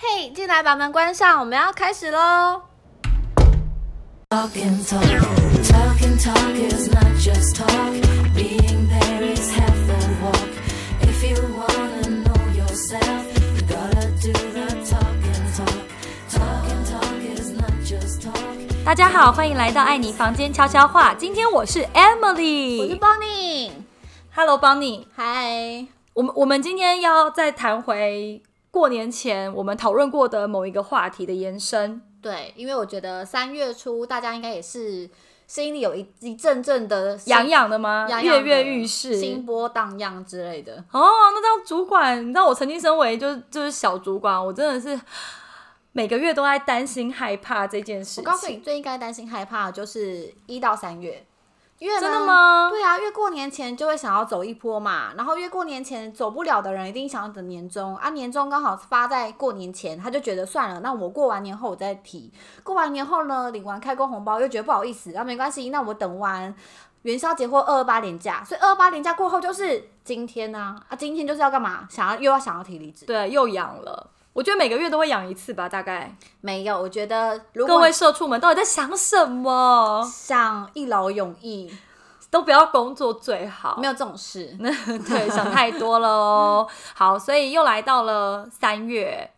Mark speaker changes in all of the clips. Speaker 1: 哎
Speaker 2: 进来，把门关上，我们要开始喽。
Speaker 3: Talking, talk, talking, talk is not just talk. Being there is half the walk. If you wanna know yourself, you gotta do the talking, talk. Talking, talk is not just talk.
Speaker 1: 大家好，欢迎来到爱你房间悄悄话。今天我是
Speaker 2: 我是
Speaker 1: Emily，
Speaker 2: Bonnie，
Speaker 1: Hello Bonnie。
Speaker 2: 嗨，
Speaker 1: 我们我们今天要再谈回过年前我们讨论过的某一个话题的延伸。
Speaker 2: 对，因为我觉得三月初大家应该也是心里有一一阵阵的心
Speaker 1: 痒痒的吗？
Speaker 2: 痒痒
Speaker 1: 跃
Speaker 2: 的
Speaker 1: 跃欲试。
Speaker 2: 心波荡漾之类的。
Speaker 1: 哦，那当主管，你知道我曾经身为就是就是小主管，我真的是每个月都在担心害怕这件事
Speaker 2: 我
Speaker 1: 情。
Speaker 2: 告诉你，最应该担心害怕的就是一到三月，因为呢
Speaker 1: 真的吗
Speaker 2: 对啊，因为过年前就会想要走一波嘛，然后因为过年前走不了的人，一定想要等年终啊，年终刚好发在过年前，他就觉得算了，那我过完年后我再提，过完年后呢，领完开工红包又觉得不好意思，啊没关系，那我等完。元宵节或二二八年假，所以二二八年假过后就是今天啊啊，今天就是要干嘛？想要又要想要提离职？
Speaker 1: 对，又痒了。我觉得每个月都会痒一次吧，大概。
Speaker 2: 没有，我觉得如
Speaker 1: 各
Speaker 2: 果
Speaker 1: 位社畜们到底在想什么？
Speaker 2: 想一劳永逸，
Speaker 1: 都不要工作最好。
Speaker 2: 没有这种事。
Speaker 1: 对，想太多了哦。好，所以又来到了三月，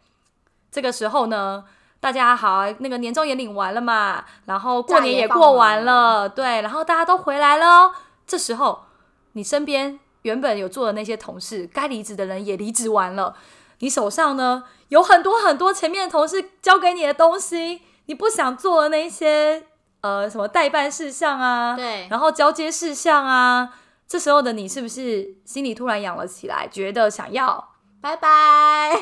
Speaker 1: 这个时候呢，大家好，啊那个年终也领完了嘛，然后过年也过完了，对，然后大家都回来了哦。这时候，你身边原本有做的那些同事，该离职的人也离职完了，你手上呢有很多很多前面的同事交给你的东西，你不想做的那些。呃，什么代办事项啊，
Speaker 2: 对
Speaker 1: 然后交接事项啊，这时候的你是不是心里突然痒了起来，觉得想要，
Speaker 2: 拜拜，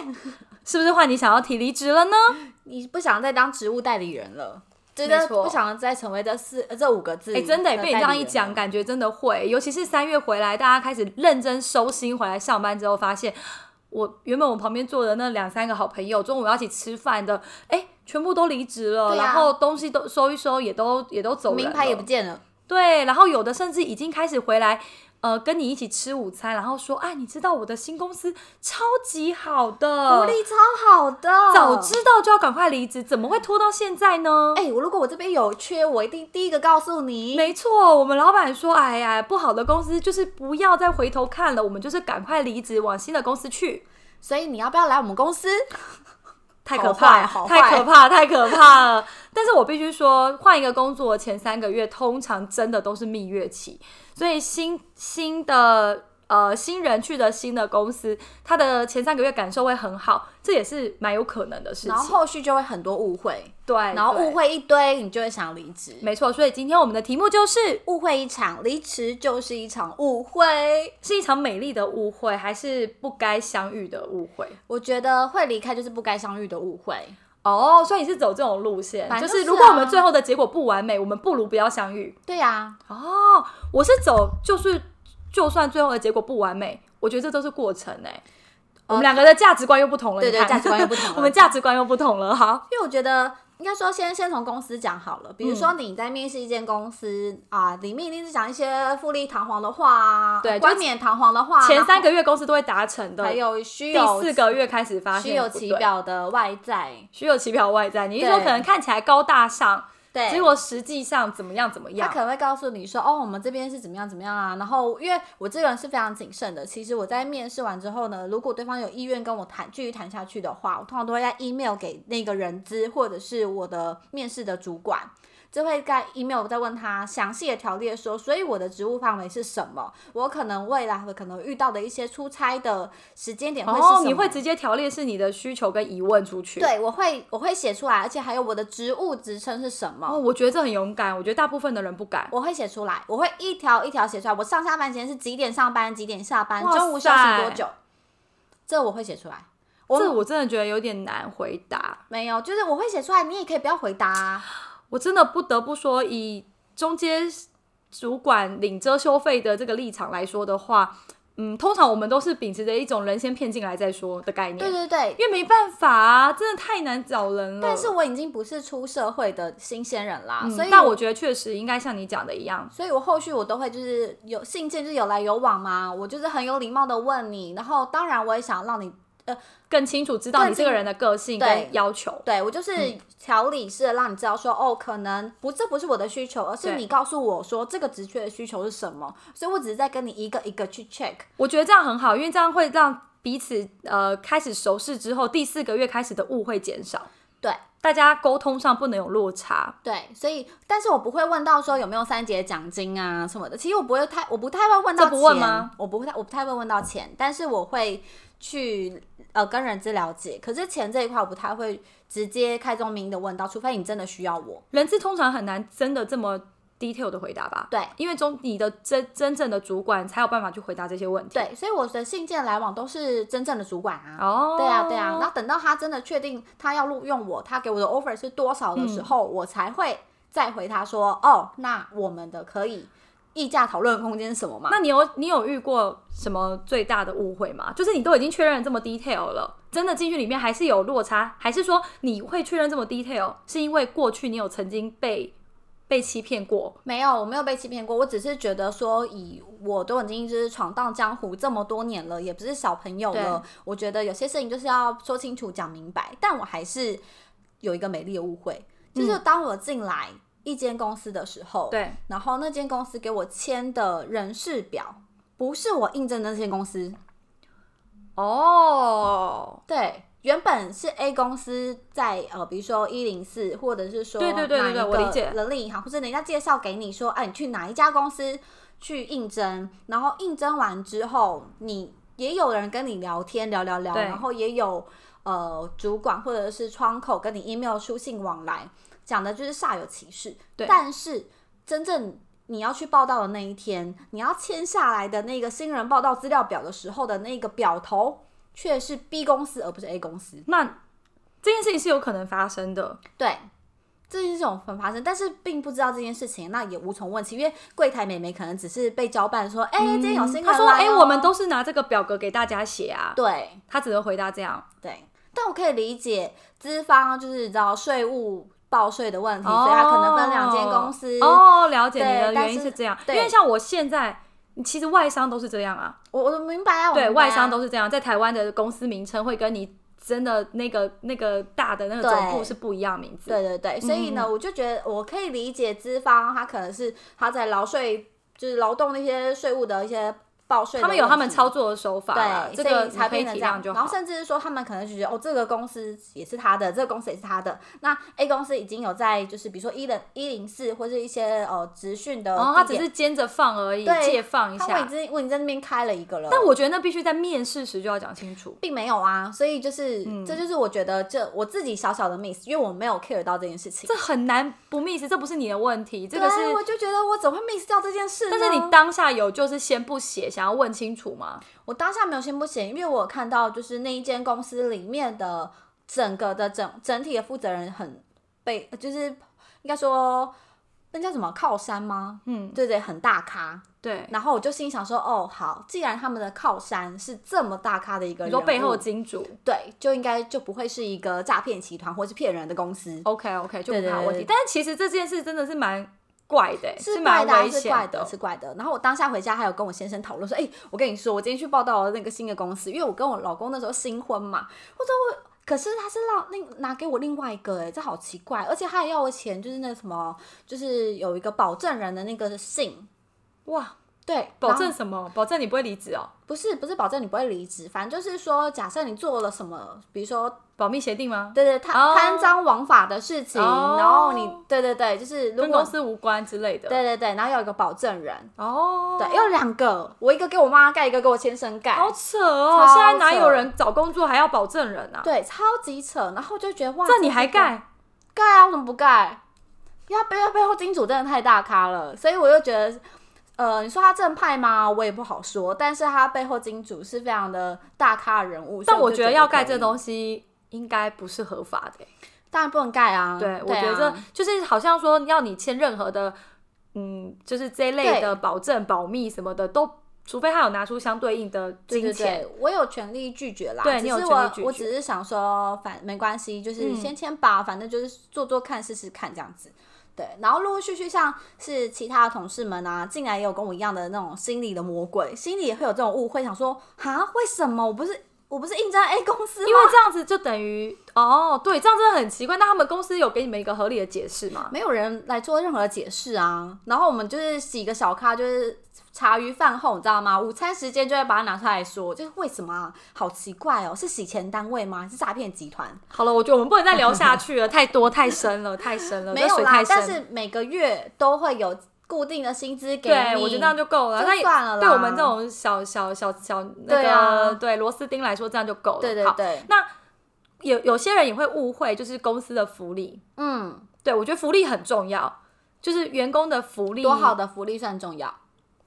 Speaker 1: 是不是换你想要提离职了呢？
Speaker 2: 你不想再当职务代理人了，真
Speaker 1: 没
Speaker 2: 的
Speaker 1: 错
Speaker 2: 不想再成为这四呃这五个字。
Speaker 1: 哎、真的耶被你这样一讲，
Speaker 2: 感，
Speaker 1: 感觉真的会，尤其是三月回来，大家开始认真收心回来上班之后，发现我原本我旁边坐的那两三个好朋友，中午要一起吃饭的，哎、全部都离职了，
Speaker 2: 对啊
Speaker 1: 然后东西都收一收，也都也都走人
Speaker 2: 名牌也
Speaker 1: 了
Speaker 2: 不见了，
Speaker 1: 对，然后有的甚至已经开始回来，呃，跟你一起吃午餐，然后说，啊，你知道我的新公司超级好的，
Speaker 2: 福利超好的，
Speaker 1: 呃早知。道就要赶快离职，怎么会拖到现在呢？
Speaker 2: 哎、我如果我这边有缺，我一定第一个告诉你。
Speaker 1: 没错，我们老板说，哎呀，不好的公司就是不要再回头看了，我们就是赶快离职，往新的公司去。
Speaker 2: 所以你要不要来我们公司？
Speaker 1: 太可怕
Speaker 2: 好
Speaker 1: 了，
Speaker 2: 坏好坏
Speaker 1: 太可怕了，太可怕了！但是我必须说，换一个工作前三个月，通常真的都是蜜月期，所以新新的呃新人去的新的公司，他的前三个月感受会很好，这也是蛮有可能的事
Speaker 2: 然后
Speaker 1: 情。
Speaker 2: 后续就会很多误会，
Speaker 1: 对，
Speaker 2: 然后
Speaker 1: 会，
Speaker 2: 误会一堆，你就会想离职。
Speaker 1: 没错。所以今天我们的题目就是
Speaker 2: 误会一场，离职就是一场误会。
Speaker 1: 是一场美丽的误会，还是不该相遇的误会？
Speaker 2: 我觉得会离开就是不该相遇的误会。
Speaker 1: 哦，所以你是走这种路线，
Speaker 2: 反正
Speaker 1: 就是
Speaker 2: 是
Speaker 1: 如果我
Speaker 2: 啊
Speaker 1: 们最后的结果不完美，我们不如不要相遇。
Speaker 2: 对呀、
Speaker 1: 哦，我是走，就是就算最后的结果不完美，我觉得这都是过程哎、我们两个的价值观又不同了，
Speaker 2: 哦对对
Speaker 1: 你看
Speaker 2: 价值观又不同了
Speaker 1: 我们价值观又不同了。好，
Speaker 2: 因为我觉得应该说先先从公司讲好了，比如
Speaker 1: 嗯
Speaker 2: 说你在面试一间公司啊、里面一定是讲一些富丽堂皇的话啊，
Speaker 1: 对
Speaker 2: 冠
Speaker 1: 就
Speaker 2: 冕堂皇的话啊，
Speaker 1: 前三
Speaker 2: 然
Speaker 1: 个月公司都会达成
Speaker 2: 后
Speaker 1: 的，
Speaker 2: 还有虚
Speaker 1: 第
Speaker 2: 有
Speaker 1: 四个月开始发现
Speaker 2: 虚有
Speaker 1: 不对
Speaker 2: 其，表的外在，
Speaker 1: 虚有其表外在。你是说
Speaker 2: 对
Speaker 1: 可能看起来高大上，
Speaker 2: 对，
Speaker 1: 结果实际上怎么样怎么
Speaker 2: 他
Speaker 1: 样
Speaker 2: 可？能会告诉你说，哦，我们这边是怎么样怎么样啊。然后，因为我这个人是非常谨慎的，其实我在面试完之后呢，如果对方有意愿跟我谈，继续谈下去的话，我通常都会在 email 给那个人资或者是我的面试的主管。就会在 email 再问他详细的条列说，所以我的职务范围是什么？我可能未来会可能遇到的一些出差的时间点会是什么？
Speaker 1: 哦，你会直接条列是你的需求跟疑问出去。。
Speaker 2: 对，我会我会写出来，而且还有我的职务职称是什么？
Speaker 1: 哦，我觉得这很勇敢，我觉得大部分的人不敢。
Speaker 2: 我会写出来，我会一条一条写出来。我上下班时间是几点上班，几点下班，
Speaker 1: 哇塞
Speaker 2: 中午休息多久，这我会写出来。我
Speaker 1: 这我真的觉得有点难回答。
Speaker 2: 没有，就是我会写出来，你也可以不要回答、啊。
Speaker 1: 我真的不得不说，以中间主管领遮羞费的这个立场来说的话，嗯，通常我们都是秉持着一种人先骗进来再说的概念，
Speaker 2: 对对对，
Speaker 1: 因为没办法啊，真的太难找人了。
Speaker 2: 但是我已经不是出社会的新鲜人啦，
Speaker 1: 嗯
Speaker 2: 所以
Speaker 1: 但我觉得确实应该像你讲的一样，
Speaker 2: 所以我后续我都会就是有信件就是有来有往嘛，我就是很有礼貌的问你，然后当然我也想让你呃，
Speaker 1: 更清楚知道你这个人的个性
Speaker 2: 对
Speaker 1: 跟要求。
Speaker 2: 对我就是条理式的让你知道说，哦，可能不，这不是我的需求，而是
Speaker 1: 对
Speaker 2: 你告诉我说这个职缺的需求是什么，所以我只是在跟你一个一个去 check。
Speaker 1: 我觉得这样很好，因为这样会让彼此呃开始熟识之后，第四个月开始的误会减少，
Speaker 2: 对
Speaker 1: 大家沟通上不能有落差。
Speaker 2: 对，所以，但是我不会问到说有没有三节奖金啊什么的，其实我不会太，我不太会问到
Speaker 1: 这
Speaker 2: 钱，
Speaker 1: 不问吗
Speaker 2: 我不会太，我不太会问到钱，但是我会去呃跟人资了解，可是钱这一块我不太会直接开宗明义的问到，除非你真的需要我。
Speaker 1: 人资通常很难真的这么 detail 的回答吧？
Speaker 2: 对
Speaker 1: 因为中你的真真正的主管才有办法去回答这些问题。，
Speaker 2: 对，所以我的信件来往都是真正的主管啊。
Speaker 1: 哦，
Speaker 2: 对啊，对啊，然后等到他真的确定他要录用我，他给我的 offer 是多少的
Speaker 1: 嗯
Speaker 2: 时候，我才会再回他说，哦，那我们的可以议价讨论的空间是什么嘛？
Speaker 1: 那你有你有遇过什么最大的误会吗？就是你都已经确认这么 detail 了，真的进去里面还是有落差，还是说你会确认这么 detail 是因为过去你有曾经被被欺骗过？
Speaker 2: 没有，我没有被欺骗过，我只是觉得说，以我都已经就是闯荡江湖这么多年了，也不是小朋友了
Speaker 1: 对，
Speaker 2: 我觉得有些事情就是要说清楚、讲明白。但我还是有一个美丽的误会，
Speaker 1: 嗯
Speaker 2: 就是当我进来一间公司的时候，
Speaker 1: 对，
Speaker 2: 然后那间公司给我签的人事表不是我应征的那间公司，
Speaker 1: 哦，
Speaker 2: 对。原本是 A 公司在呃，比如说一零四，或者是说
Speaker 1: 对对对对对
Speaker 2: 哪一
Speaker 1: 我
Speaker 2: 个
Speaker 1: 理解
Speaker 2: 人力银行，或者人家介绍给你说，哎、你去哪一家公司去应征，然后应征完之后，你也有人跟你聊天聊聊聊，
Speaker 1: 对
Speaker 2: 然后也有呃主管或者是窗口跟你 email 书信往来，讲的就是煞有其事。
Speaker 1: 对
Speaker 2: 但是真正你要去报道的那一天，你要签下来的那个新人报道资料表的时候的那个表头，却是 B 公司而不是 A 公司。
Speaker 1: 那这件事情是有可能发生的，
Speaker 2: 对，这是一种很发生，但是并不知道这件事情，那也无从问起，因为柜台美眉可能只是被交办说，哎、今天有新人
Speaker 1: 他说：“
Speaker 2: 来
Speaker 1: 哎、
Speaker 2: 哦
Speaker 1: 我们都是拿这个表格给大家写啊。
Speaker 2: 对”
Speaker 1: 他只能回答这样。
Speaker 2: 对，但我可以理解资方就是你知道税务报税的问题，
Speaker 1: 哦
Speaker 2: 所以他可能分两间公司。
Speaker 1: 哦，了解
Speaker 2: 对
Speaker 1: 你的
Speaker 2: 但
Speaker 1: 原因
Speaker 2: 是
Speaker 1: 是这样，因
Speaker 2: 对
Speaker 1: 为像我现在，其实外商都是这样啊。
Speaker 2: 我我明白啊，我
Speaker 1: 对
Speaker 2: 明白啊
Speaker 1: 外商都是这样，在台湾的公司名称会跟你真的那个那个大的那个
Speaker 2: 对
Speaker 1: 总部是不一样名字。
Speaker 2: 对对对，所以
Speaker 1: 嗯
Speaker 2: 呢，我就觉得我可以理解资方，他可能是他在劳税，就是劳动那些税务的一些报税
Speaker 1: 他
Speaker 2: 的问题，
Speaker 1: 们有他们操作的手法啦，
Speaker 2: 对，
Speaker 1: 这
Speaker 2: 所
Speaker 1: 个
Speaker 2: 以
Speaker 1: 你
Speaker 2: 才
Speaker 1: 可以
Speaker 2: 变成
Speaker 1: 体
Speaker 2: 这
Speaker 1: 谅
Speaker 2: 样。
Speaker 1: 就
Speaker 2: 然
Speaker 1: 好
Speaker 2: 后。甚至是说，他们可能就觉得哦，这个公司也是他的，这个公司也是他的。那 A 公司已经有在就是比如说一零一零四或是一些呃职训的地
Speaker 1: 然
Speaker 2: 点，
Speaker 1: 哦后他只是兼着放而已，
Speaker 2: 对
Speaker 1: 借放一
Speaker 2: 他们
Speaker 1: 下
Speaker 2: 已。经我已经在那边开了一个了，
Speaker 1: 但我觉得那必须在面试时就要讲清楚。
Speaker 2: 并没有啊，所以就是、
Speaker 1: 嗯
Speaker 2: 这就是我觉得这我自己小小的 miss，因为我没有 care 到这件事情
Speaker 1: 这。很难不 miss，这不是你的问题，这
Speaker 2: 对，啊
Speaker 1: 个是。
Speaker 2: 我就觉得我怎么会 miss 掉这件事呢？
Speaker 1: 但是你当下有就是先不写，想要问清楚吗？
Speaker 2: 我当下没有先不写，因为我有看到就是那一间公司里面的整个的整整体的负责人很被，就是应该说那叫什么靠山吗？
Speaker 1: 嗯，
Speaker 2: 对对，很大咖。
Speaker 1: 对。
Speaker 2: 然后我就心里想说，哦，好，既然他们的靠山是这么大咖的一个
Speaker 1: 你
Speaker 2: 人
Speaker 1: 说
Speaker 2: 物，
Speaker 1: 背后的金主
Speaker 2: 对，就应该就不会是一个诈骗集团或是骗人的公司。
Speaker 1: ，OK OK，就
Speaker 2: 对
Speaker 1: 不
Speaker 2: 对
Speaker 1: 怕
Speaker 2: 对
Speaker 1: 问题。
Speaker 2: 对
Speaker 1: 但是其实这件事真的是蛮怪的，欸
Speaker 2: 是怪
Speaker 1: 蛮
Speaker 2: 的啊、
Speaker 1: 危
Speaker 2: 是
Speaker 1: 险
Speaker 2: 怪的，是怪的。然后我当下回家还有跟我先生讨论说，哎、我跟你说，我今天去报道了那个新的公司，因为我跟我老公那时候新婚嘛，我说我，可是他是让另拿给我另外一个、哎，这好奇怪，而且他还要我钱，就是那什么，就是有一个保证人的那个信，
Speaker 1: 哇，
Speaker 2: 对，
Speaker 1: 保
Speaker 2: 然后
Speaker 1: 证什么？保证你不会离职哦？
Speaker 2: 不是不是保证你不会离职，反正就是说，假设你做了什么，比如说
Speaker 1: 保密协定吗？
Speaker 2: 对对贪、
Speaker 1: 哦
Speaker 2: 贪赃枉法的事情，
Speaker 1: 哦
Speaker 2: 然后你对对对，就是如
Speaker 1: 跟
Speaker 2: 果
Speaker 1: 公司无关之类的。
Speaker 2: 对对对，然后要有一个保证人，
Speaker 1: 哦，
Speaker 2: 对，有两个，我一个给我妈盖，一个给我先生盖。
Speaker 1: 好扯哦！
Speaker 2: 超
Speaker 1: 现在哪
Speaker 2: 扯
Speaker 1: 有人找工作还要保证人啊？
Speaker 2: 对，超级扯，然后我就觉得哇，
Speaker 1: 这你
Speaker 2: 是
Speaker 1: 还
Speaker 2: 个
Speaker 1: 盖？
Speaker 2: 盖啊？为什么不盖？要背背后金主真的太大咖了，所以我就觉得，呃，你说他正派吗？我也不好说，但是他背后金主是非常的大咖的人物。
Speaker 1: 但我觉得要盖这
Speaker 2: 东，
Speaker 1: 东西应该不是合法的欸。
Speaker 2: 当然不能盖啊。
Speaker 1: 对，我
Speaker 2: 啊
Speaker 1: 觉得就是好像说要你签任何的，嗯，就是这一类
Speaker 2: 对
Speaker 1: 的保证、保密什么的，都除非他有拿出相对应的
Speaker 2: 对
Speaker 1: 金
Speaker 2: 对
Speaker 1: 钱。
Speaker 2: 对，我有权利拒绝啦。
Speaker 1: 对
Speaker 2: 只
Speaker 1: 你有
Speaker 2: 是
Speaker 1: 权利
Speaker 2: 我
Speaker 1: 拒
Speaker 2: 我
Speaker 1: 绝嗯
Speaker 2: 只是想说，反没关系，就是先签吧，反正就是做做看，试试看这样子。对，然后陆陆续续像是其他的同事们啊，进来也有跟我一样的那种心理的魔鬼，心里也会有这种误会，想说啊，为什么我不是我不是应征 A 公司吗？
Speaker 1: 因为这样子就等于哦，对，这样真的很奇怪。那他们公司有给你们一个合理的解释吗？
Speaker 2: 没有人来做任何的解释啊。然后我们就是几个小咖，就是茶余饭后，你知道吗？午餐时间就会把它拿出来说，就是为什么、啊？好奇怪哦，是洗钱单位吗？还是诈骗集团？
Speaker 1: 好了，我觉得我们不能再聊下去了，太多太深了，太深了，
Speaker 2: 没
Speaker 1: 这
Speaker 2: 有
Speaker 1: 水
Speaker 2: 啦
Speaker 1: 太，深
Speaker 2: 但
Speaker 1: 了。
Speaker 2: 是每个月都会有固定的薪资给
Speaker 1: 对，
Speaker 2: 你。
Speaker 1: 我觉得这样就够了。
Speaker 2: 就
Speaker 1: 那也
Speaker 2: 算了啦
Speaker 1: 对我们这种小小小小那个
Speaker 2: 对啊
Speaker 1: 对螺丝钉来说，这样就够了。
Speaker 2: 对对
Speaker 1: 好
Speaker 2: 对，
Speaker 1: 那有有些人也会误会，就是公司的福利。
Speaker 2: 嗯，
Speaker 1: 对我觉得福利很重要，就是员工的福利
Speaker 2: 多好，的福利算重要。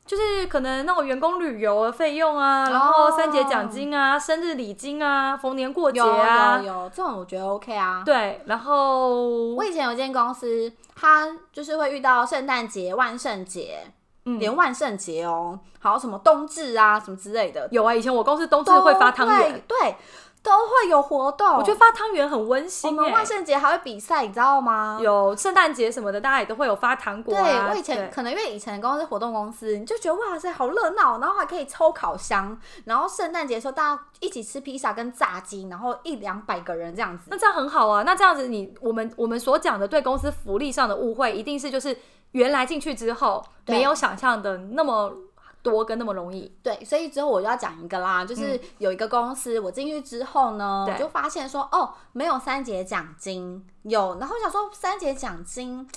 Speaker 1: 就是可能那种员工旅游的费用啊，然
Speaker 2: 哦
Speaker 1: 后三节奖金啊、生日礼金啊、逢年过节
Speaker 2: 有
Speaker 1: 啊，
Speaker 2: 有有，这种我觉得 OK 啊。
Speaker 1: 对，然后
Speaker 2: 我以前有间公司，它就是会遇到圣诞节、万圣节，
Speaker 1: 嗯
Speaker 2: 连万圣节哦，还有什么冬至啊什么之类的，
Speaker 1: 有啊，以前我公司冬至
Speaker 2: 都
Speaker 1: 会哦发汤圆，，
Speaker 2: 对，都会有活动。
Speaker 1: 我觉得发汤圆很温馨、
Speaker 2: 我
Speaker 1: 欸。
Speaker 2: 们万圣节还会比赛，你知道吗？
Speaker 1: 有圣诞节什么的，大家也都会有发糖果、
Speaker 2: 对，
Speaker 1: 啊。
Speaker 2: 我以前
Speaker 1: 对
Speaker 2: 可能因为以前的公司活动公司，你就觉得哇塞好热闹，然后还可以抽烤箱，然后圣诞节的时候大家一起吃披萨跟炸鸡，然后一两百个人这样子。
Speaker 1: 那这样很好啊。那这样子你，我们我们所讲的对公司福利上的误会，一定是就是原来进去之后
Speaker 2: 对
Speaker 1: 没有想象的那么多跟那么容易。
Speaker 2: 对，所以之后我就要讲一个啦，就是有一个公司，我进去之后呢，
Speaker 1: 嗯对
Speaker 2: 我就发现说哦，没有三节奖金，有，然后我想说三节奖金，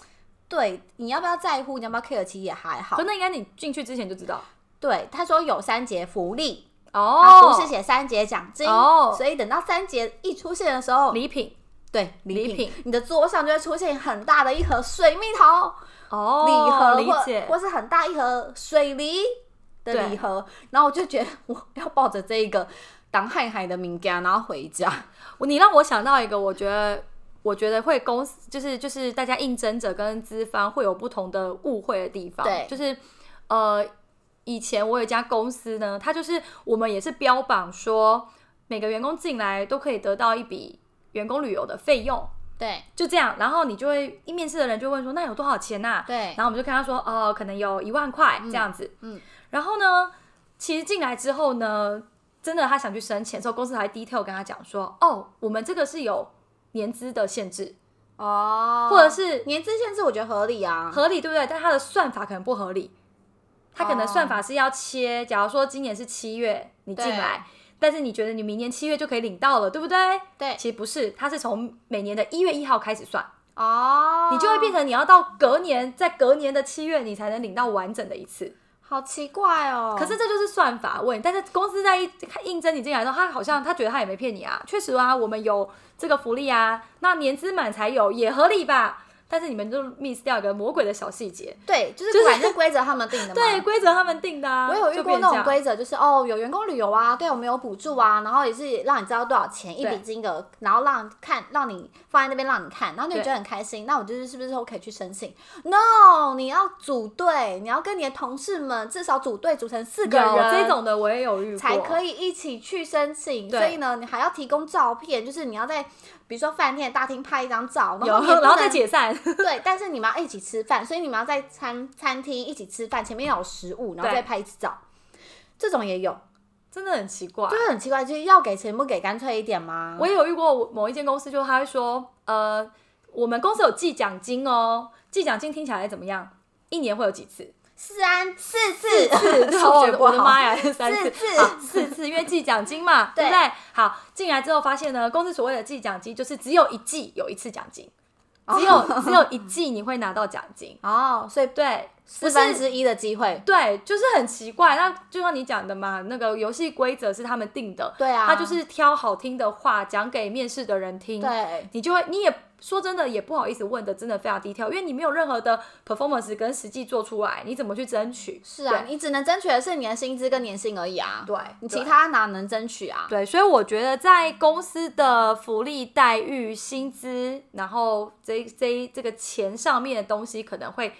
Speaker 2: 对，你要不要在乎，你要不要 care，其实也还好
Speaker 1: 可。那应该你进去之前就知道
Speaker 2: 对，他说有三节福利，他
Speaker 1: 哦
Speaker 2: 不，是写三节奖金，
Speaker 1: 哦
Speaker 2: 所以等到三节一出现的时候，
Speaker 1: 礼品
Speaker 2: 对，
Speaker 1: 礼
Speaker 2: 礼
Speaker 1: 品
Speaker 2: 品，你的桌上就会出现很大的一盒水蜜桃
Speaker 1: 哦，
Speaker 2: 礼盒，
Speaker 1: 理解
Speaker 2: 或或是很大一盒水梨的
Speaker 1: 对
Speaker 2: 礼盒，然后我就觉得我要抱着这一个当害海的名家，然后回家。
Speaker 1: 我你让我想到一个，我觉得我觉得会公司就是就是大家应征者跟资方会有不同的误会的地方，
Speaker 2: 对
Speaker 1: 就是呃，以前我有一家公司呢，它就是我们也是标榜说每个员工进来都可以得到一笔员工旅游的费用，
Speaker 2: 对
Speaker 1: 就这样，然后你就会一面试的人就问说，那有多少钱啊呐、
Speaker 2: 对
Speaker 1: 然，后我们就跟他说，哦，可能有一万块这样子。
Speaker 2: 嗯嗯
Speaker 1: 然后呢，其实进来之后呢，真的他想去申请的时候，公司还 detail 跟他讲说，哦，我们这个是有年资的限制，
Speaker 2: 哦
Speaker 1: 或者是
Speaker 2: 年资限制，我觉得合理啊。
Speaker 1: 合理，对不对？但他的算法可能不合理，他可能
Speaker 2: 哦
Speaker 1: 算法是要切，假如说今年是七月你进
Speaker 2: 对
Speaker 1: 来。但是你觉得你明年七月就可以领到了，对不对？
Speaker 2: 对
Speaker 1: 其实不是，它是从每年的一月一号开始算，
Speaker 2: 哦，
Speaker 1: 你就会变成你要到隔年，在隔年的七月你才能领到完整的一次。
Speaker 2: 好奇怪哦。
Speaker 1: 可是这就是算法问题，但是公司在一应征你进来的时候，他好像他觉得他也没骗你啊，确实啊，我们有这个福利啊，那年资满才有，也合理吧？但是你们就 miss 掉一个魔鬼的小细节，
Speaker 2: 对，就是
Speaker 1: 就是
Speaker 2: 反正规则他们定的 嘛。
Speaker 1: 对规则他们定的、啊，
Speaker 2: 我有遇
Speaker 1: 就
Speaker 2: 过
Speaker 1: 变
Speaker 2: 那
Speaker 1: 成这
Speaker 2: 种
Speaker 1: 样
Speaker 2: 规则，就是哦，有员工旅游啊，对我们有补助啊，然后也是让你知道多少钱一笔
Speaker 1: 对
Speaker 2: 金额，然后让看让你放在那边让你看，然后你就
Speaker 1: 对
Speaker 2: 觉得很开心。那我就是是不是我可以去申请？No，你要组队，你要跟你的同事们至少组队组成四个
Speaker 1: 有
Speaker 2: 人
Speaker 1: 这种的我也有遇过，
Speaker 2: 才可
Speaker 1: 以
Speaker 2: 以一起去申请。
Speaker 1: 对
Speaker 2: 所以呢，你还要提供照片，就是你要在比如说饭店大厅拍一张照，
Speaker 1: 有，
Speaker 2: 然后
Speaker 1: 然后再
Speaker 2: 再
Speaker 1: 解散，
Speaker 2: 对，但是你们要一起吃饭，所以你们要在餐餐厅一起吃饭，前面要有食物，然后
Speaker 1: 对
Speaker 2: 再拍一次照。这种也有，
Speaker 1: 真的很奇怪
Speaker 2: 就。是很奇怪，就是要给钱不给，干脆一点吗？
Speaker 1: 我也有遇过某一间公司，就是他会说，呃，我们公司有记奖金哦，记奖金听起来怎么样？一年会有几次？
Speaker 2: 三四次
Speaker 1: 次，
Speaker 2: 数
Speaker 1: 我
Speaker 2: 学不
Speaker 1: 我的
Speaker 2: 好，
Speaker 1: 妈呀，三次，
Speaker 2: 四次
Speaker 1: 好四次，因为记奖金嘛，
Speaker 2: 对
Speaker 1: 对不对？好，进来之后发现呢，公司所谓的记奖金就是只有一季有一次奖金，只有、只有一季你会拿到奖 金，
Speaker 2: 哦，所以
Speaker 1: 对，不
Speaker 2: 四分
Speaker 1: 是。
Speaker 2: 之一的机会，
Speaker 1: 对，就是很奇怪。那就像你讲的嘛，那个游戏规则是他们定的，
Speaker 2: 对啊
Speaker 1: 他就是挑好听的话讲给面试的人听，
Speaker 2: 对
Speaker 1: 你就会你也说真的也不好意思问的，真的非常低调，因为你没有任何的 performance 跟实际做出来，你怎么去争取？
Speaker 2: 是啊，
Speaker 1: 对
Speaker 2: 你只能争取的是你的薪资跟年薪而已啊，
Speaker 1: 对
Speaker 2: 你
Speaker 1: 对
Speaker 2: 其他哪能争取啊？
Speaker 1: 对，所以我觉得在公司的福利待遇、薪资，然后这这这个钱上面的东西，可能会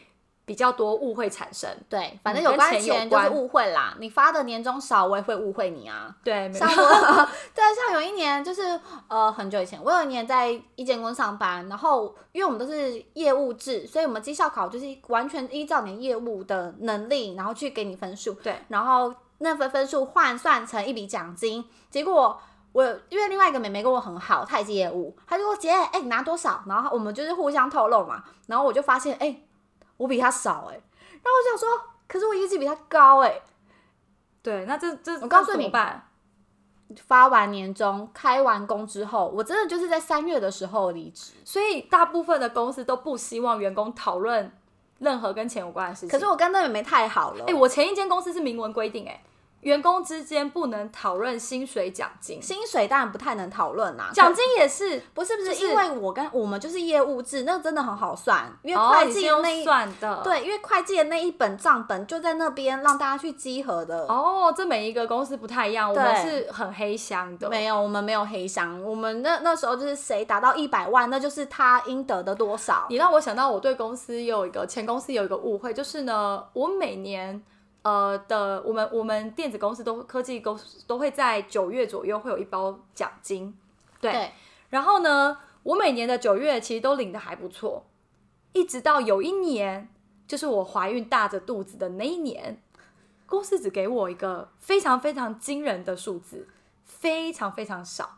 Speaker 1: 比较多误会产生。
Speaker 2: 对，
Speaker 1: 嗯
Speaker 2: 反正有
Speaker 1: 跟
Speaker 2: 关
Speaker 1: 钱有
Speaker 2: 钱就是
Speaker 1: 关
Speaker 2: 误会啦，你发的年终少，我也会误会你啊。
Speaker 1: 对，没
Speaker 2: 像
Speaker 1: 错，
Speaker 2: 我， 对，啊像有一年就是呃很久以前，我有一年在一间公司上班，然后因为我们都是业务制，所以我们绩效考就是完全依照你的业务的能力，然后去给你分数，
Speaker 1: 对，
Speaker 2: 然后那份分数换算成一笔奖金，结果。我因为另外一个妹妹跟我很好，她也是业务，她就说姐，哎、你拿多少？然后我们就是互相透露嘛，然后我就发现，哎、我比她少、哎，然后我想说，可是我业绩比她高、哎，
Speaker 1: 对，那这这
Speaker 2: 我告诉
Speaker 1: 这怎
Speaker 2: 你
Speaker 1: 么办？
Speaker 2: 发完年终，开完工之后，我真的就是在三月的时候离职。
Speaker 1: 所以大部分的公司都不希望员工讨论任何跟钱有关的事情。
Speaker 2: 可是我跟那妹妹太好了，
Speaker 1: 哎、我前一间公司是明文规定、哎，员工之间不能讨论薪水、奖金，
Speaker 2: 薪水当然不太能讨论啦，
Speaker 1: 奖
Speaker 2: 可
Speaker 1: 金也是，
Speaker 2: 不是不是，
Speaker 1: 就是
Speaker 2: 因为我跟我们就是业务制，那真的很好算，因为
Speaker 1: 哦
Speaker 2: 会
Speaker 1: 你是
Speaker 2: 计
Speaker 1: 用
Speaker 2: 那一、
Speaker 1: 算的，。
Speaker 2: 对，因为会计的那一本账本就在那边让大家去稽核的。
Speaker 1: 哦，这每一个公司不太一样，我们
Speaker 2: 对
Speaker 1: 是很黑箱的。
Speaker 2: 没有，我们没有黑箱，我们那那时候就是谁达到一百万，那就是他应得的多少。
Speaker 1: 你让我想到我对公司有一个前公司有一个误会，就是呢，我每年呃的我们我们电子公司都科技公司都会在九月左右会有一包奖金，对。
Speaker 2: 对，
Speaker 1: 然后呢，我每年的九月其实都领的还不错，一直到有一年，就是我怀孕大着肚子的那一年，公司只给我一个非常非常惊人的数字，非常非常少。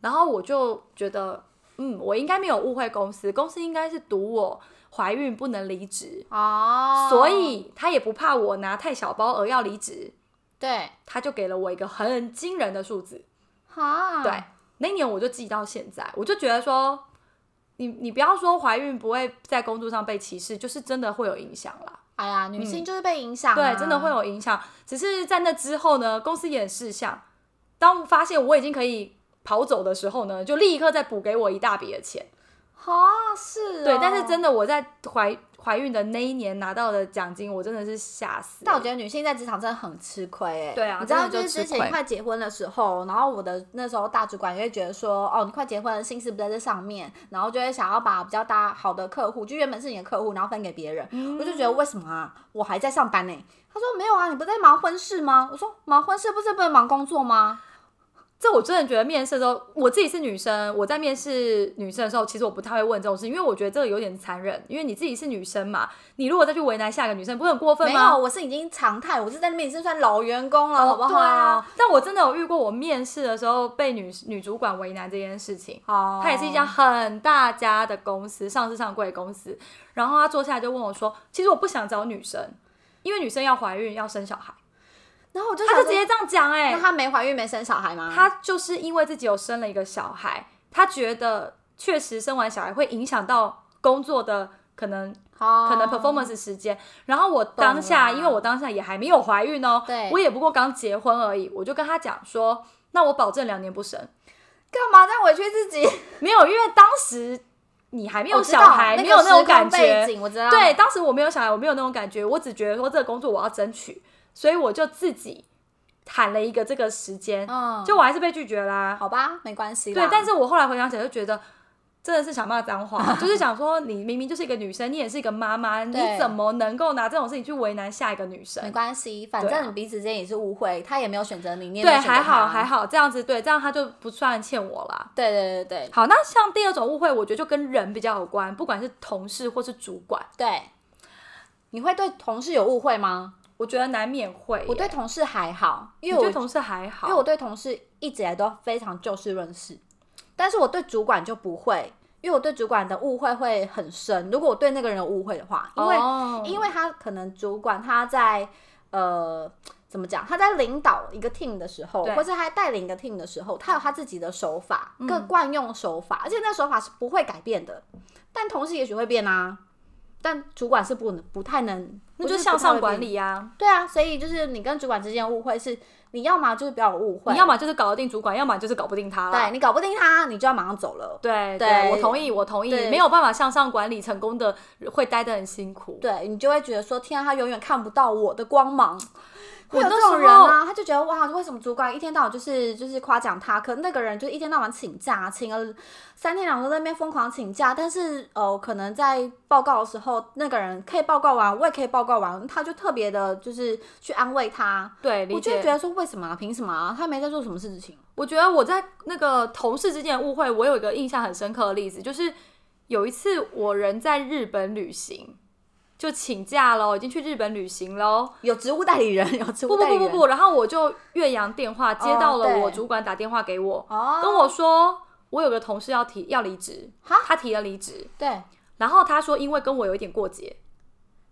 Speaker 1: 然后我就觉得，嗯，我应该没有误会公司，公司应该是赌我怀孕不能离职，
Speaker 2: 哦
Speaker 1: 所以他也不怕我拿太小包额要离职，
Speaker 2: 对，
Speaker 1: 他就给了我一个很惊人的数字。
Speaker 2: 哈，
Speaker 1: 对，那一年我就记到现在，我就觉得说，你你不要说怀孕不会在工作上被歧视，就是真的会有影响啦。
Speaker 2: 哎呀，女性就是被影响、啊
Speaker 1: 对，真的会有影响。只是在那之后呢，公司也很事项，当发现我已经可以跑走的时候呢，就立刻再补给我一大笔的钱。
Speaker 2: 哦，是哦
Speaker 1: 对，但是真的我在怀怀孕的那一年拿到的奖金，我真的是吓死
Speaker 2: 但我
Speaker 1: 了。
Speaker 2: 觉得女性在职场真的很吃亏哎、
Speaker 1: 对啊
Speaker 2: 你知道
Speaker 1: 真的
Speaker 2: 就
Speaker 1: 就是
Speaker 2: 之
Speaker 1: 吃亏
Speaker 2: 前快结婚的时候，然后我的那时候大主管也会觉得说，哦，你快结婚了，心思不在这上面，然后就会想要把比较大好的客户，就原本是你的客户，然后分给别人。我就
Speaker 1: 嗯
Speaker 2: 觉得为什么啊？我还在上班呢、他说没有啊，你不在忙婚事吗？我说忙婚事不是不能忙工作吗？
Speaker 1: 这我真的觉得面试的时候，我自己是女生，我在面试女生的时候，其实我不太会问这种事，因为我觉得这个有点残忍。因为你自己是女生嘛，你如果再去为难下一个女生，不是很过分
Speaker 2: 没有，
Speaker 1: 吗？
Speaker 2: 我是已经常态，我是在那边已经算老员工了，
Speaker 1: 哦
Speaker 2: 好不好？
Speaker 1: 对啊，但我真的有遇过，我面试的时候被女女主管为难这件事情。
Speaker 2: 好，
Speaker 1: 她也是一家很大家的公司，上市上柜的公司。然后她坐下来就问我说：“其实我不想找女生，因为女生要怀孕要生小孩。
Speaker 2: 然后我”就
Speaker 1: 她
Speaker 2: 想
Speaker 1: 就
Speaker 2: 说
Speaker 1: 直接这样讲、欸，
Speaker 2: 那她没怀孕没生小孩吗？
Speaker 1: 他就是因为自己有生了一个小孩，他觉得确实生完小孩会影响到工作的可能
Speaker 2: 她
Speaker 1: 可能 performance 时间。然后我当下，
Speaker 2: 懂了
Speaker 1: 因为我当下也还没有怀孕哦
Speaker 2: 对，
Speaker 1: 我也不过刚结婚而已，我就跟他讲说，那我保证两年不生，
Speaker 2: 干嘛这样委屈自己？
Speaker 1: 没有，因为当时你 还没
Speaker 2: 没
Speaker 1: 有小孩，没有那种感觉
Speaker 2: 背，景我啊知道。
Speaker 1: 对，，当时我没有小孩，我没有那种感觉，我只觉得说这个工作我要争取，所以我就自己喊了一个这个时间，
Speaker 2: 嗯，
Speaker 1: 就我还是被拒绝啦。
Speaker 2: 好吧，没关系啦。
Speaker 1: 对，但是我后来回想起来就觉得，真的是想骂脏 话，就是想说你明明就是一个女生，你也是一个妈妈，你
Speaker 2: 对
Speaker 1: 怎么能够拿这种事情去为难下一个女
Speaker 2: 没
Speaker 1: 生？
Speaker 2: 关系，反
Speaker 1: 对啊
Speaker 2: 正你彼此之间也是误会，他也没有选择你，你也没
Speaker 1: 对，
Speaker 2: 有选择
Speaker 1: 还好
Speaker 2: 他
Speaker 1: 还。好，这样子对，这样他就不算欠我啦。
Speaker 2: 对对对对
Speaker 1: 好，那像第二种误会，我觉得就跟人比较有关，不管是同事或是主管，
Speaker 2: 对，你会对同事有误会吗？
Speaker 1: 我觉得难免会耶。
Speaker 2: 我对同事还好，因
Speaker 1: 你
Speaker 2: 为
Speaker 1: 对
Speaker 2: 我
Speaker 1: 同事还好，哦
Speaker 2: 因为我对同事一直以来都非常就事论事，但是我对主管就不会，因为我对主管的误会会很深。如果我对那个人有误会的话，因为、
Speaker 1: 哦
Speaker 2: 因为他可能主管他在呃怎么讲，他在领导一个 team 的时候，
Speaker 1: 对嗯
Speaker 2: 或是他带领一个 team 的时候，他有他自己的手法，各惯用手法，而且那手法是不会改变的。但同事也许会变啊，但主管是不能不太能，
Speaker 1: 那
Speaker 2: 我
Speaker 1: 就是
Speaker 2: 不
Speaker 1: 向
Speaker 2: 太会
Speaker 1: 上管
Speaker 2: 变。
Speaker 1: 理啊，
Speaker 2: 对啊，所以就是你跟主管之间的误会是，你要么就是不要有误会，
Speaker 1: 你要么就是搞得定主管，要么就是搞不定他啦。
Speaker 2: 对你搞不定他，你就要马上走了。
Speaker 1: 对
Speaker 2: 对
Speaker 1: 我同意，我同意，
Speaker 2: 对
Speaker 1: 没有办法向上管理成功的，会待得很辛苦。
Speaker 2: 对你就会觉得说，天啊，他永远看不到我的光芒。会有
Speaker 1: 那
Speaker 2: 这种
Speaker 1: 时
Speaker 2: 人
Speaker 1: 候
Speaker 2: 啊，他就觉得哇，为什么主管一天到晚就是就是夸奖他，可那个人就一天到晚请假，请了三天两头在那边疯狂请假，但是呃，可能在报告的时候，那个人可以报告完，我也可以报告完，他就特别的就是去安慰他。
Speaker 1: 对，理
Speaker 2: 我就会
Speaker 1: 解。
Speaker 2: 觉得说，为什么啊？凭什么啊？他没在做什么事情。
Speaker 1: 我觉得我在那个同事之间的误会，我有一个印象很深刻的例子，就是有一次我人在日本旅行，就请假喽，已经去日本旅行喽。
Speaker 2: 有职务代理人，有职
Speaker 1: 不
Speaker 2: 务
Speaker 1: 不
Speaker 2: 代理
Speaker 1: 不
Speaker 2: 人。哦
Speaker 1: 不不，然后我就岳阳电话接到了
Speaker 2: 对
Speaker 1: 我主管打电话给我，
Speaker 2: 哦，
Speaker 1: 跟我说我有个同事要提要离职，
Speaker 2: 哈
Speaker 1: 他提了离职，
Speaker 2: 对，
Speaker 1: 然后他说因为跟我有一点过节，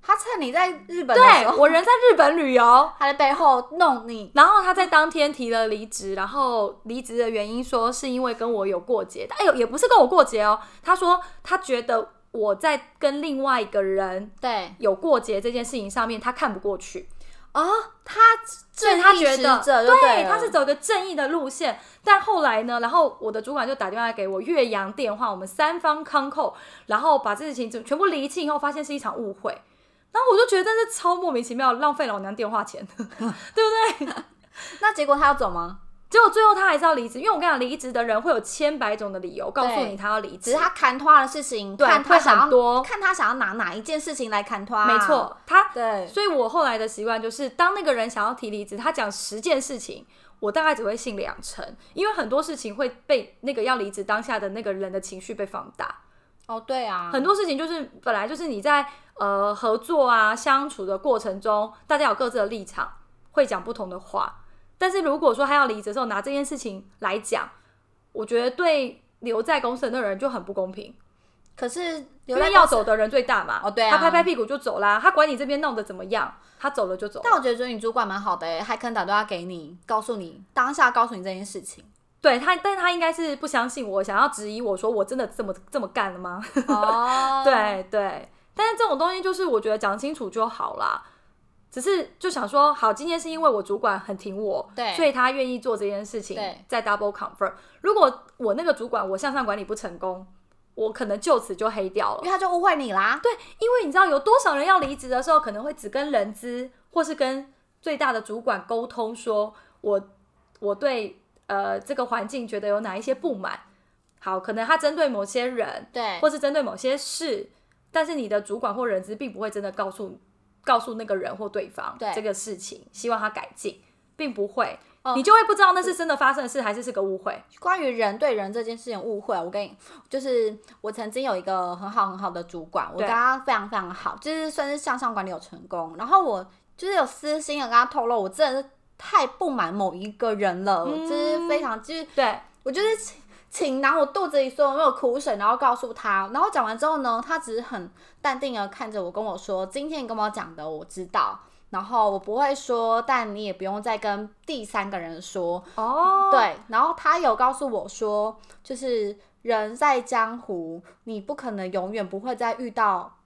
Speaker 2: 他趁你在日本的
Speaker 1: 对
Speaker 2: 时候，
Speaker 1: 我人在日本旅游，
Speaker 2: 他在背后弄你，
Speaker 1: 然后他在当天提了离职，然后离职的原因说是因为跟我有过节，但有也不是跟我过节哦。他说他觉得我在跟另外一个人
Speaker 2: 对
Speaker 1: 有过节这件事情上面，他看不过去，
Speaker 2: 哦，他
Speaker 1: 所以
Speaker 2: 正
Speaker 1: 他
Speaker 2: 义
Speaker 1: 觉
Speaker 2: 使
Speaker 1: 得
Speaker 2: 者就对了，
Speaker 1: 他是走一个正义的路线。但后来呢，然后我的主管就打电话给我，岳阳电话，我们三方康扣，然后把这事情全部厘清以后，发现是一场误会。然后我就觉得这超莫名其妙，浪费老娘电话钱，对不对？
Speaker 2: 那结果他要走吗？
Speaker 1: 结果最后他还是要离职，因为我跟你讲，离职的人会有千百种的理由告诉
Speaker 2: 对
Speaker 1: 你他要离职，
Speaker 2: 只是他砍花的事情，
Speaker 1: 对
Speaker 2: 看他
Speaker 1: 会
Speaker 2: 想要
Speaker 1: 很多
Speaker 2: 看他想要拿哪一件事情来砍他、啊
Speaker 1: 没错，，他
Speaker 2: 对，
Speaker 1: 所以我后来的习惯就是，当那个人想要提离职，他讲十件事情，我大概只会信两成，因为很多事情会被那个要离职当下的那个人的情绪被放大。
Speaker 2: 哦，对啊，
Speaker 1: 很多事情就是本来就是你在呃合作啊相处的过程中，大家有各自的立场，会讲不同的话。但是如果说他要离职的时候拿这件事情来讲，我觉得对留在公司的那个人就很不公平，
Speaker 2: 可是
Speaker 1: 因
Speaker 2: 留在
Speaker 1: 为要
Speaker 2: 公司
Speaker 1: 走的人最大嘛。
Speaker 2: 哦对啊
Speaker 1: 他拍拍屁股就走啦，他管你这边弄得怎么样，他走了就走了。
Speaker 2: 但我觉得你主管蛮好的欸，还肯打电话给你，告诉你当下告诉你这件 事情。
Speaker 1: 对他，但他应该是不相信我，想要质疑我说我真的这么这么干了吗？
Speaker 2: 哦
Speaker 1: 对对，但是这种东西就是我觉得讲清楚就好啦。只是就想说，好，今天是因为我主管很挺我，
Speaker 2: 对
Speaker 1: 所以他愿意做这件事情
Speaker 2: 对，
Speaker 1: 再 double confirm。如果我那个主管我向上管理不成功，我可能就此就黑掉
Speaker 2: 因
Speaker 1: 了
Speaker 2: 为。他就误会你啦。
Speaker 1: 对，因为你知道有多少人要离职的时候，可能会只跟人资或是跟最大的主管沟通说，我我对呃这个环境觉得有哪一些不满。好，可能他针对某些人，
Speaker 2: 对
Speaker 1: 或是针对某些事，但是你的主管或人资并不会真的告诉告诉那个人或对方
Speaker 2: 对
Speaker 1: 这个事情，希望他改进，并不会，
Speaker 2: 哦
Speaker 1: 你就会不知道那是真的发生的事还是是个误会。
Speaker 2: 关于人对人这件事情误会，我跟你就是我曾经有一个很好很好的主管，我
Speaker 1: 对
Speaker 2: 跟他非常非常好，就是算是向上管理有成功。然后我就是有私心的跟他透露，我真的是太不满某一个人了，
Speaker 1: 嗯
Speaker 2: 就是非常就是
Speaker 1: 对，
Speaker 2: 我就是请请拿我肚子里所有没有苦水，然后告诉他。然后讲完之后呢，他只是很淡定的看着我，跟我说：“今天你跟我讲的，我知道。”然后我不会说，但你也不用再跟第三个人说。
Speaker 1: 哦，
Speaker 2: 对，然后他有告诉我说，就是人在江湖，你不可能永远不会再遇到，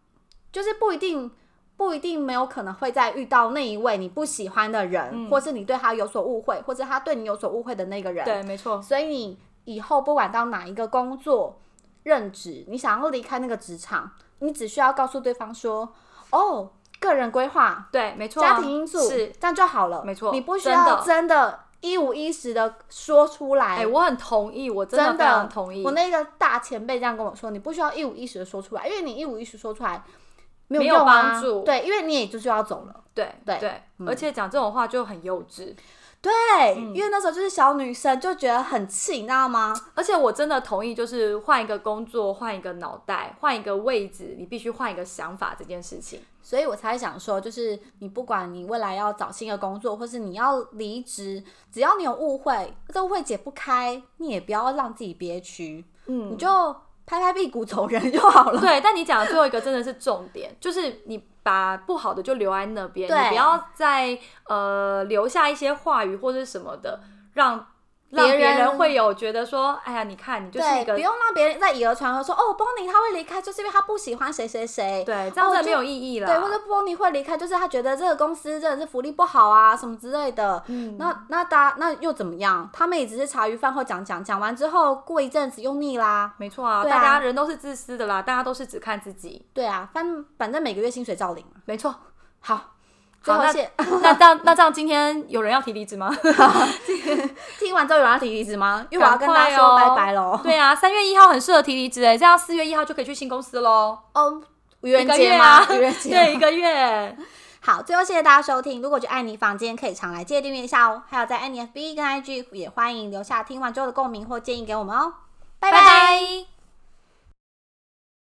Speaker 2: 就是不一定。不一定没有可能会再遇到那一位你不喜欢的人，
Speaker 1: 嗯
Speaker 2: 或是你对他有所误会，或是他对你有所误会的那个人。
Speaker 1: 对，没错，
Speaker 2: 所以你以后不管到哪一个工作任职，你想要离开那个职场，你只需要告诉对方说：“哦，个人规划、
Speaker 1: 对，没错啊、
Speaker 2: 家庭因素，
Speaker 1: 是。
Speaker 2: 这样就好了。”
Speaker 1: 没错
Speaker 2: 你不需
Speaker 1: 真
Speaker 2: 要
Speaker 1: 的
Speaker 2: 真的一五一十的说出来。
Speaker 1: 哎、我很同意，我真
Speaker 2: 真
Speaker 1: 的非常同意。
Speaker 2: 我那个大前辈这样跟我说，你不需要一五一十的说出来，因为你一五一十说出来没有
Speaker 1: 没有
Speaker 2: 用啊
Speaker 1: 帮助
Speaker 2: 对，因为你也就是要走了。
Speaker 1: 对
Speaker 2: 对嗯
Speaker 1: 而且讲这种话就很幼稚。
Speaker 2: 对，因为那时候就是小女生，就觉得很气，你知道吗？
Speaker 1: 而且我真的同意，就是换一个工作、换一个脑袋、换一个位置，你必须换一个想法这件事情。
Speaker 2: 所以我才想说，就是你不管你未来要找新的工作，或是你要离职，只要你有误会，这误会解不开，你也不要让自己憋屈，
Speaker 1: 嗯
Speaker 2: 你就拍拍屁股走人就好了。
Speaker 1: 对，但你讲的最后一个真的是重点，就是你把不好的就留在那边，
Speaker 2: 对
Speaker 1: 你不要再呃留下一些话语或者什么的，让让
Speaker 2: 别
Speaker 1: 别
Speaker 2: 人
Speaker 1: 人会有觉得说，哎呀，你看你就是一
Speaker 2: 对，
Speaker 1: 个
Speaker 2: 不用让别人在以讹传讹说哦，邦尼他会离开，就是因为他不喜欢谁谁谁。
Speaker 1: 对，啊这样真
Speaker 2: 哦
Speaker 1: 的
Speaker 2: 就
Speaker 1: 没有意义啦。
Speaker 2: 对，或者波尼会离开，就是他觉得这个公司真的是福利不好啊，什么之类的。
Speaker 1: 嗯
Speaker 2: 那那大家那又怎么样？他们也只是茶余饭后讲讲，讲完之后过一阵子又腻啦。
Speaker 1: 没错啊，
Speaker 2: 对啊
Speaker 1: 大家人都是自私的啦，大家都是只看自己。
Speaker 2: 对啊，反正反正每个月薪水照领。
Speaker 1: 没错，
Speaker 2: 好，最
Speaker 1: 好，
Speaker 2: 后
Speaker 1: 那
Speaker 2: 谢。
Speaker 1: 那这样那这样，今天有人要提离职吗？
Speaker 2: 听完之后有人要提离职吗？因为我要跟大家
Speaker 1: 赶
Speaker 2: 说
Speaker 1: 快哦
Speaker 2: 拜拜喽。
Speaker 1: 对啊，三月一号很适合提离职哎，这样四月一号就可以去新公司喽。
Speaker 2: 哦，愚
Speaker 1: 一
Speaker 2: 人
Speaker 1: 个
Speaker 2: 节
Speaker 1: 月
Speaker 2: 吗
Speaker 1: 啊？，
Speaker 2: 愚人
Speaker 1: 对，
Speaker 2: 节
Speaker 1: 一
Speaker 2: 吗。
Speaker 1: 个月。
Speaker 2: 好，最后谢谢大家收听。如果觉得爱你房间，可以常来记得订阅一下哦。还有在爱你 FB 跟 IG 也欢迎留下听完之后的共鸣或建议给我们哦。拜
Speaker 1: 拜拜